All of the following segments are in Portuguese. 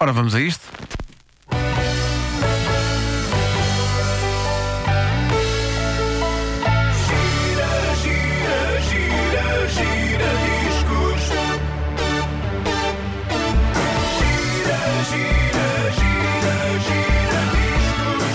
Ora, vamos a isto. Gira, gira, gira, gira discos. Gira, gira, gira, gira discos.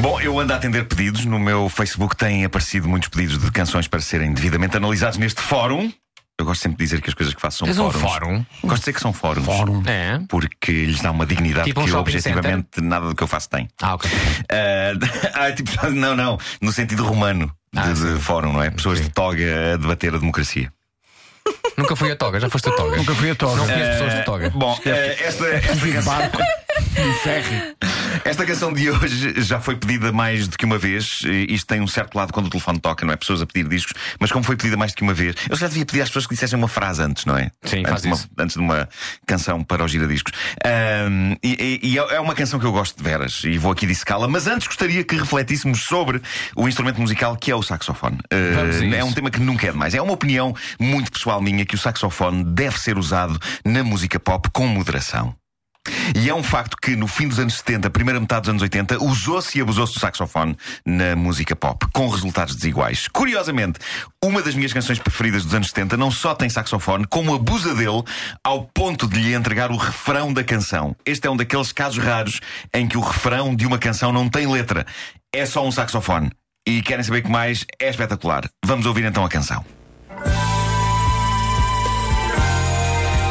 Bom, eu ando a atender pedidos. No meu Facebook têm aparecido muitos pedidos de canções para serem devidamente analisados neste fórum. Eu gosto sempre de dizer que as coisas que faço são És um fóruns. fórum? Gosto de dizer que são fóruns. É? Porque lhes dá uma dignidade Tipo um que shopping objetivamente nada do que eu faço tem. Ah, ok. Ah, ah, tipo, não, não. No sentido romano de, Ah, de sim. fórum, não é? Pessoas Sim. de toga a debater a democracia. Nunca fui a toga, já foste a toga. Nunca fui a toga. É. Não conheço pessoas de toga. Bom, ah, esta, esta canção. Ferre. Esta canção de hoje já foi pedida mais do que uma vez. E Isto tem um certo lado quando o telefone toca, não é? Pessoas a pedir discos, mas como foi pedida mais do que uma vez, eu já devia pedir às pessoas que dissessem uma frase antes, não é? Sim, antes, faz de uma, isso. antes de uma canção para o giradiscos. Ahm, e, e- e é é uma canção que eu gosto de veras e vou aqui dissecá-la, mas antes gostaria que refletíssemos sobre o instrumento musical que é o saxofone. Ah, Vamos a é isso. um tema que nunca é demais. É uma opinião muito pessoal minha que o saxofone deve ser usado na música pop com moderação. E é um facto que no fim dos anos 70, primeira metade dos anos 80, usou-se e abusou-se do saxofone na música pop, com resultados desiguais. Curiosamente, uma das minhas canções preferidas dos anos 70 não só tem saxofone, como abusa dele ao ponto de lhe entregar o refrão da canção. Este é um daqueles casos raros em que o refrão de uma canção não tem letra, é só um saxofone. E querem saber que mais? É espetacular. Vamos ouvir então a canção.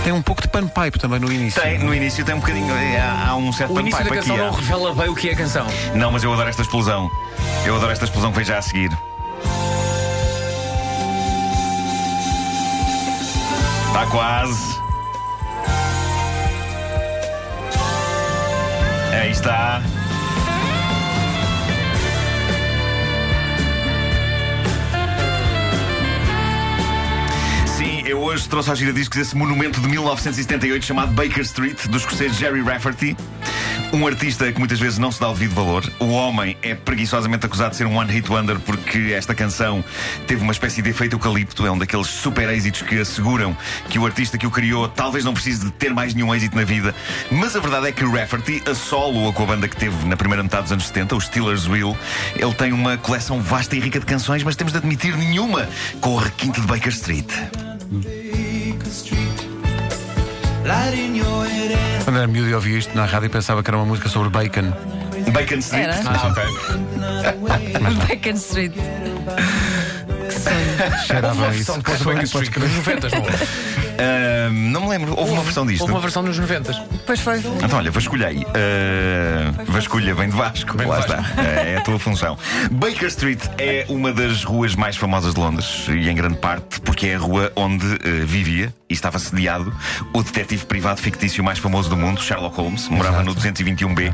Tem um pouco de panpipe também no início. Tem, no início tem um bocadinho. é, Há, há um certo O início da panpipe canção aqui. não há- revela bem o que é a canção. Não, mas eu adoro esta explosão. Eu adoro esta explosão que vem já a seguir. Está Tá quase. Aí está. Sim, eu hoje trouxe aos giradiscos esse monumento de 1978 chamado Baker Street, do escocês Jerry Rafferty. Um artista que muitas vezes não se dá o devido valor. O homem é preguiçosamente acusado de ser um one hit wonder porque esta canção teve uma espécie de efeito eucalipto. É um daqueles super êxitos que asseguram que o artista que o criou talvez não precise de ter mais nenhum êxito na vida. Mas a verdade é que Rafferty, a solo ou com a banda que teve na primeira metade dos anos 70, os Steelers Will, ele tem uma coleção vasta e rica de canções, mas temos de admitir nenhuma com o requinte de Baker Street. Quando era miúdo eu ouvia isto na rádio e pensava que era uma música sobre bacon. Bacon Street. Era? Ah, ok. Bacon Street. Cheirava a isso. depois do Baker Street, nos 90, não houve? Ah, não me lembro, houve uma versão disto. Houve uma versão nos 90. Pois foi. Então, olha, vasculhei. Uh, vasculha vem de Vasco, Vem de lá Vasco. está. É a tua função. Baker Street é uma das ruas mais famosas de Londres e em grande parte porque é a rua onde eh, vivia e estava sediado o detetive privado fictício mais famoso do mundo, Sherlock Holmes, morava no 221B.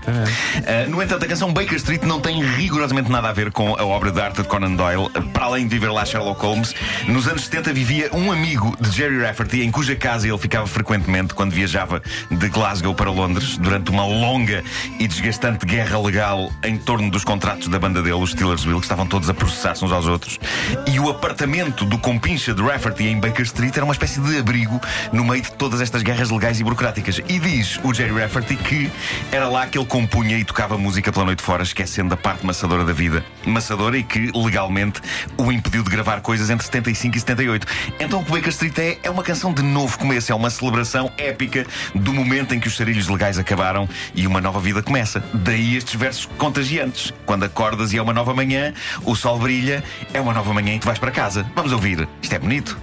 Eh, um no entanto, a canção Baker Street não tem rigorosamente nada a ver com a obra de arte de Conan Doyle. Para além de viver lá Sherlock Holmes, nos anos 70 vivia um amigo de Jerry Rafferty em cuja casa ele ficava frequentemente quando viajava de Glasgow para Londres durante uma longa e desgastante guerra legal em torno dos contratos da banda dele, os Steelersville, que estavam todos a processar-se uns aos outros. E o apartamento do compincha de Rafferty em Baker Street era uma espécie de abrigo no meio de todas estas guerras legais e burocráticas. E diz o Jerry Rafferty que era lá que ele compunha e tocava música pela noite fora, esquecendo a parte maçadora da vida. Maçadora e que, legalmente, o impediu de gravar coisas entre 75 e 78. Então, o que Baker Street é, é uma canção de novo começo, é uma celebração épica do momento em que os sarilhos legais acabaram e uma nova vida começa. Daí estes versos contagiantes. Quando acordas e é uma nova manhã, o sol brilha, é uma nova manhã e tu vais para casa. Vamos ouvir. Isto é bonito.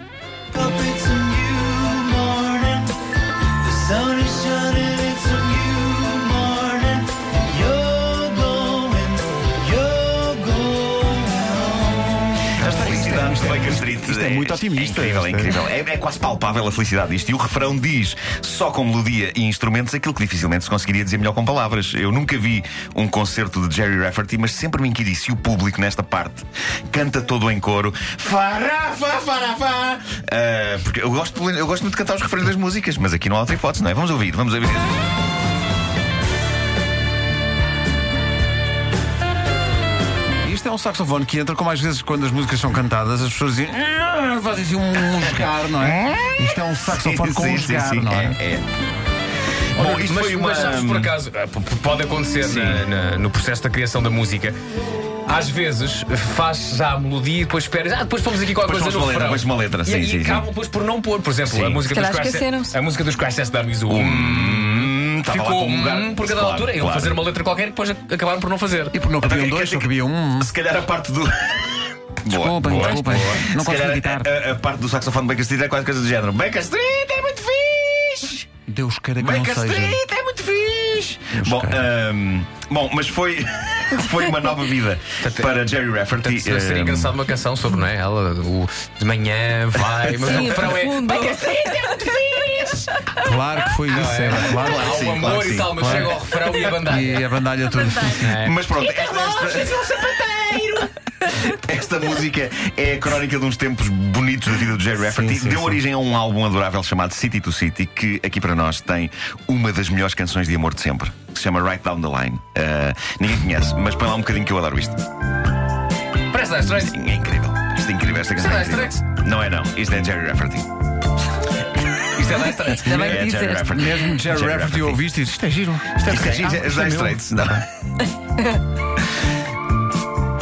Up, it's a new morning. The sun is shining, it's a new morning. You're going, you're going home. As felicidades de Baker Street. é isto é muito otimista, É incrível, é isto é. incrível. É, é quase palpável a felicidade disto. E o refrão diz, só com melodia e instrumentos, aquilo que dificilmente se conseguiria dizer melhor com palavras. Eu nunca vi um concerto de Jerry Rafferty, mas sempre me inquiri se o público nesta parte canta todo em coro. Fará, fá, fará, fá. Ah, Ah, porque eu gosto, eu gosto muito de cantar os refrões das músicas, mas aqui não há outra hipótese, não é? Vamos ouvir, vamos ouvir. Isto é um saxofone que entra, como às vezes quando as músicas são cantadas, as pessoas dizem. "Ah", Fazem assim um jogar, não é? Isto é um saxofone com um jogar, não é? Então, é, é. Olha, Bom, isto mas, foi uma. mas sabes, por acaso, ah, p- p- pode acontecer Sim. na- na- no processo da criação da música. Às vezes faz já a melodia e depois esperas. Ah, depois pomos aqui qualquer Depois coisa no pomos uma letra, refrão. depois uma letra, E, sim, e sim, sim. acabam depois por não pôr. Por exemplo, Sim. a música Se dos calhar Crash esqueceram-se. A música dos Crash Test Dummies, o Hum, estava lá um. Ficou com um lugar. um por cada Claro, altura. Iam claro. fazer uma letra qualquer e depois ac- acabaram por não fazer. E porque não cabiam quer Tipo, dois, dizer só que- cabia um. Se calhar a parte do. Boa, Desculpem, boa, desculpem. boa. Não Se posso calhar acreditar. A, a- a parte do saxofone de Baker Street é quase coisa do género. Baker Street é muito fixe! Deus queira que assim? não Baker seja. Street é muito fixe! Bom, ahm, bom, mas foi, foi uma nova vida para Jerry Rafferty. Portanto, se seria ahm, engraçado uma canção sobre, não é? Ela, o de manhã, vai, mas o Sim, refrão é. profundo. Claro que foi isso, é. Claro Há que o sim. sim, amor claro que e sim, tal, mas claro. chega ao refrão e a bandalha. E a bandalha toda. É. Mas pronto, esta, é esta música é a crónica de uns tempos bonitos da vida do Jerry Rafferty. sim, Deu sim. origem a um álbum adorável chamado City to City, que aqui para nós tem uma das melhores canções de amor de sempre, que se chama Right Down the Line. Ah, ninguém conhece, mas põe lá um bocadinho que eu adoro isto. Parece Dire Straits. Sim, é incrível. Isto é incrível, esta canção. Isto é é incrível. Dire Não é, não. Isto é Jerry Rafferty. Isto é Dire Straits. Ainda bem que é Jerry disseste. Rafferty. Mesmo Jerry Rafferty ouviste e disse, isto é giro. Isto é Isto é, giro. isto é, Ah, isto é Dire meu. Straits. Não.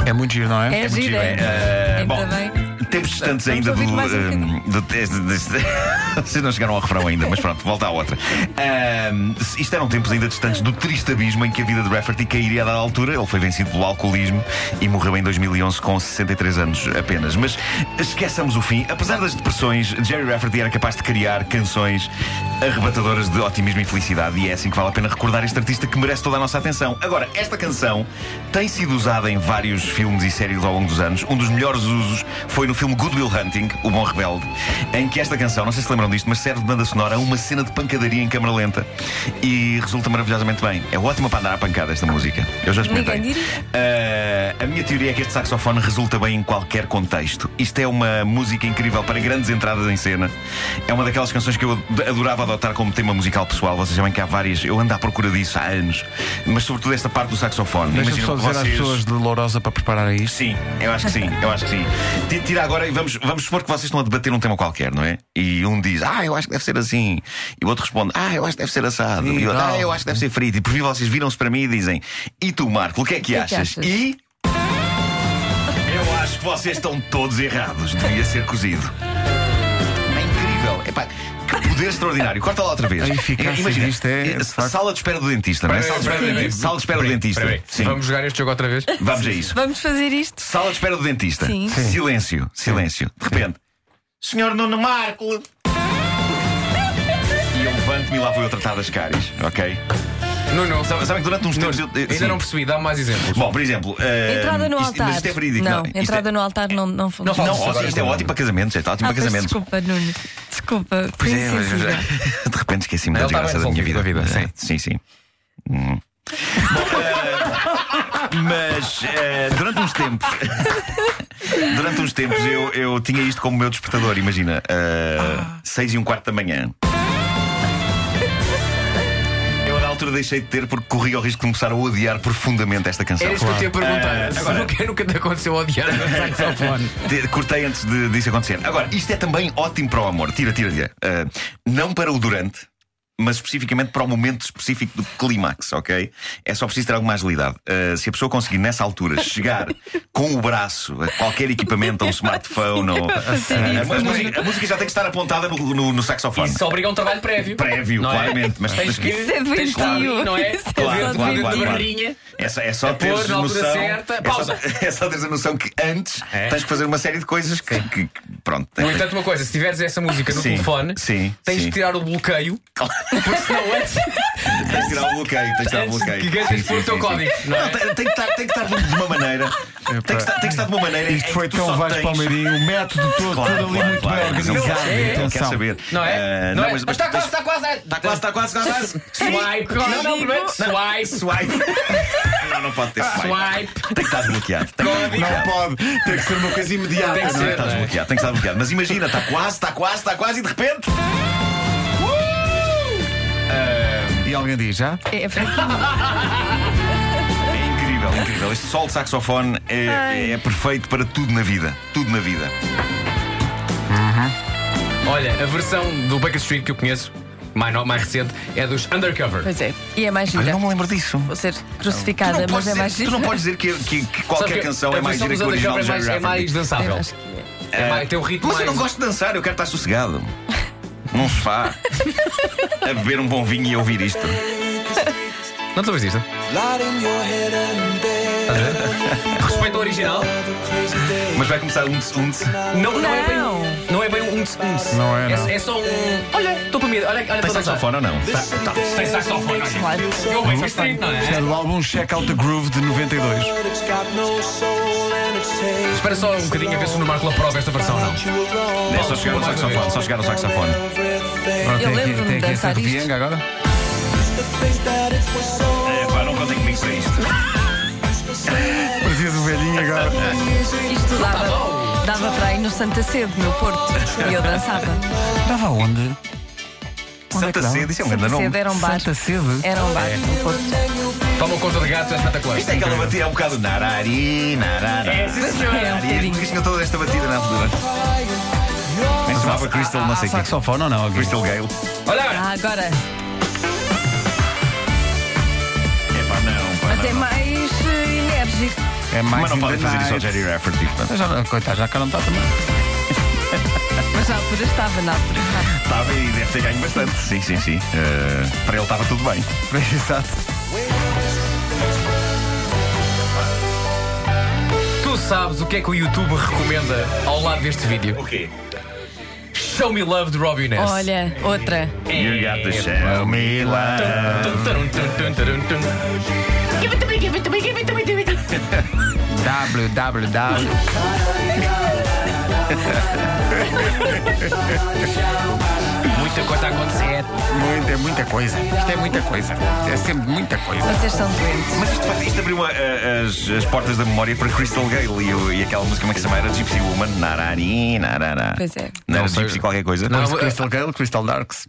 É muito giro, não é? É muito gira. giro, é. Ah, Ainda bom, bem. Tempos distantes Vamos ainda do. ouvir mais um ehm, do deste- deste- Vocês não chegaram ao refrão ainda, mas pronto, volta à outra. Ahm, isto eram tempos ainda distantes do triste abismo em que a vida de Rafferty cairia a dada altura. Ele foi vencido pelo alcoolismo e morreu em 2011 com 63 anos apenas. Mas esqueçamos o fim. Apesar das depressões, Jerry Rafferty era capaz de criar canções arrebatadoras de otimismo e felicidade. E é assim que vale a pena recordar este artista que merece toda a nossa atenção. Agora, esta canção tem sido usada em vários filmes e séries ao longo dos anos. Um dos melhores usos foi no filme Good Will Hunting, O Bom Rebelde, em que esta canção, não sei se lembram disto, mas serve de banda sonora a uma cena de pancadaria em câmara lenta. E resulta maravilhosamente bem. É ótima para andar à pancada esta música. Eu já experimentei. Ninguém diria. Ah, a minha teoria é que este saxofone resulta bem em qualquer contexto. Isto é uma música incrível para grandes entradas em cena. É uma daquelas canções que eu ad- adorava adotar como tema musical pessoal. Vocês sabem que há várias. Eu ando à procura disso há anos. Mas sobretudo esta parte do saxofone. Deixa-me Imagino só que dizer às vocês- pessoas de Lourosa para prepararem isto. Sim, eu acho que sim, eu acho que sim. Ti- Tira agora e vamos, vamos supor que vocês estão a debater um tema qualquer, não é? E um diz, ah, eu acho que deve ser assim. E o outro responde, ah, eu acho que deve ser assado. Sim, e o outro, ah, tal. eu acho que deve ser frito. E por fim vocês viram-se para mim e dizem, e tu, Marco, o que é que que achas? achas? E. Eu acho que vocês estão todos errados. Devia ser cozido. É incrível. Epá, que poder extraordinário. Corta lá outra vez. A eficácia disto é, de facto- sala de espera do dentista, não é? Sala de espera do dentista. Sala de espera do dentista. Sim. Vamos jogar este jogo outra vez? Vamos a isso. Vamos fazer isto. Sala de espera do dentista. Sim. Sim. Silêncio, silêncio. De repente, Senhor Nuno Marco. E eu levanto-me e lá vou eu tratar das cáries, ok? Não, não. Sabem que durante uns Não, tempos. eu- eu- sim. Tá ainda não percebi, dá mais exemplos. Bom, por exemplo. eh, Entrada no isto- altar. Mas isto é verídico, Não, Isto entrada é... no altar não, não funciona. Não, Fala-se ó, agora isto é com- ótimo para casamentos, isto é ótimo Ah, para pois, casamentos. desculpa, Nuno. Desculpa. Fui É, mas- insensível. de repente esqueci-me da Ele tá desgraça bem da minha vida. resolvido com a vida, Eh, sim, sim. Hum. Bom, eh, mas eh, durante uns tempos, durante uns tempos eu, eu tinha isto como meu despertador, imagina, 6 e um quarto da manhã. Eu na altura deixei de ter porque corria o risco de começar a odiar profundamente esta canção. Era isso que eu te ia perguntar. Ah, Se agora- nunca, nunca é te aconteceu odiar o saxofone. Te- Cortei antes de, disso acontecer. Agora, isto é também ótimo para o amor. Tira, tira, tira. Ah, não para o durante, mas especificamente para o momento específico do clímax, ok? É só preciso ter alguma agilidade. Ah, se a pessoa conseguir, nessa altura, chegar com o braço a qualquer equipamento, a um smartphone, ou, Ah, mas a, música, a música já tem que estar apontada no, no- no saxofone. Isso obriga a um trabalho prévio. Prévio, Não é? claramente. Mas Tens que. Isso é tens que lá, doentio. não é? Isso é Claro, claro, só doentio. claro, claro. Barrinha. É só, é só pôr teres na altura noção. certa. é, só, Pausa. é só teres a noção que antes É. tens que fazer uma série de coisas que. que- que- pronto. No entanto, uma coisa, se tiveres essa música no Sim, telefone, sim, tens sim. de tirar o bloqueio Claro. Porque senão é- antes. Tens de tirar o bloqueio, tens de tirar o antes bloqueio. que Sim, ganhas sim, por o teu sim, código. sim. Não é? Não, tem, tem que estar, tem que estar de uma maneira. Tem que estar, tem que estar de uma maneira. em Isto que foi tu tão só Vasco tens- Palmeirinho, o método todo, tudo ali muito bem organizado. Não, é, Quer Atenção. saber? Não Eh, é? Não é? mas- mas está quase, tens- está quase. Está quase, tá- está quase, está quase. Swipe, não, não, primeiro. Swipe, Swipe. Não, não pode ter swipe. Tem swipe. que estar desbloqueado. Tem que estar Não desbloqueado. pode, tem que ser uma coisa tá, imediata. Tem que não é? ser. Está desbloqueado, tem que estar desbloqueado. Mas imagina, está quase, está quase, está quase e de repente. Eh, E alguém diz, já? É fraquinho. É incrível, é incrível. Este sol de saxofone é, Ai. é perfeito para tudo na vida. Tudo na vida. tá. Olha, a versão do Baker Street que eu conheço, mais, no- mais recente, é dos Undercover. Pois é. E é mais Olha, gira. não me lembro disso. Vou ser Tu não, crucificada, mas podes é dizer, mais tu gira. não podes dizer que, que- que Sabes qualquer que canção a é mais gira versão dos que o original Undercover de é mais, Jerry é mais Rafferty. É, dançável. acho que é. É mais- tem um ritmo Mas mais. eu não gosto de dançar, eu quero estar sossegado. Num sofá. A beber um bom vinho e a ouvir isto. Não te lembras disto? Lighting your head and Respeito ao original. Mas vai começar um de um de- Não, não, é bem. Não. Não é bem um uns uns. Não é, não. É, só um. Olha, estou para mim. Olha, olha, Tem estou a dançar. saxofone ou não? Tá, Tem saxofone. olha. Claro. Eu Baker Street, não Isto é é? do álbum Check Out the Groove de 92. But it's got no soul and it's taken Espera só um bocadinho a ver se o Nuno Marco aprova esta versção, não. you along. É só chegar ao saxofone, só chegar ao saxofone. Everything Agora Eu tem aqui- lembro-me tem de aqui essa dançar de isto. Vienga agora? to think that it was so É, pá, não contem comigo para isto. Parecia o velhinho agora. Isto dava, dava para ir no Santa Sede, no Porto. E eu dançava. Estava onde? Onde é que Santa dava? Sede, isso é um grande Santa nome. Sede era um bar. Santa Sede? Era um bar no Porto. Toma conta de gatos, é espetacular. Isto é aquela batida, é um bocado narari, narara. É um E as bocadinho. músicas tinham toda esta batida na altura. Nem é chamava Crystal, não sei o é quê. Saxofone ou não? Crystal Gale. Olha agora. Ah, agora. É pá, não, pá. Mas não, é não. mais eh, enérgico. É mais Mas não in podem the fazer isso ao night. Jerry Rafferty. portanto. Mas já- Coitado, já cá não está também. Mas na altura estava, na altura estava. Estava e deve ter ganho bastante. Sim, sim, sim. Eh, para ele estava tudo bem. Exato. Tu sabes o que é que o YouTube recomenda ao lado deste vídeo? O quê? Show Me Love de Robbie Ness. Olha, outra. You got the show me love. www. Muita coisa a acontecer. Muito, é muita coisa. Isto é muita coisa. É sempre muita coisa. Vocês são doentes. Mas isto, faz- isto abriu a- a- as, as portas da memória para Crystal Gale e, o- e aquela música, como é que se chama? Era Gypsy Woman, Narari, Narara. Pois é. Não era Não é sei. Gypsy qualquer coisa? Não, Crystal Gale, Crystal Darks.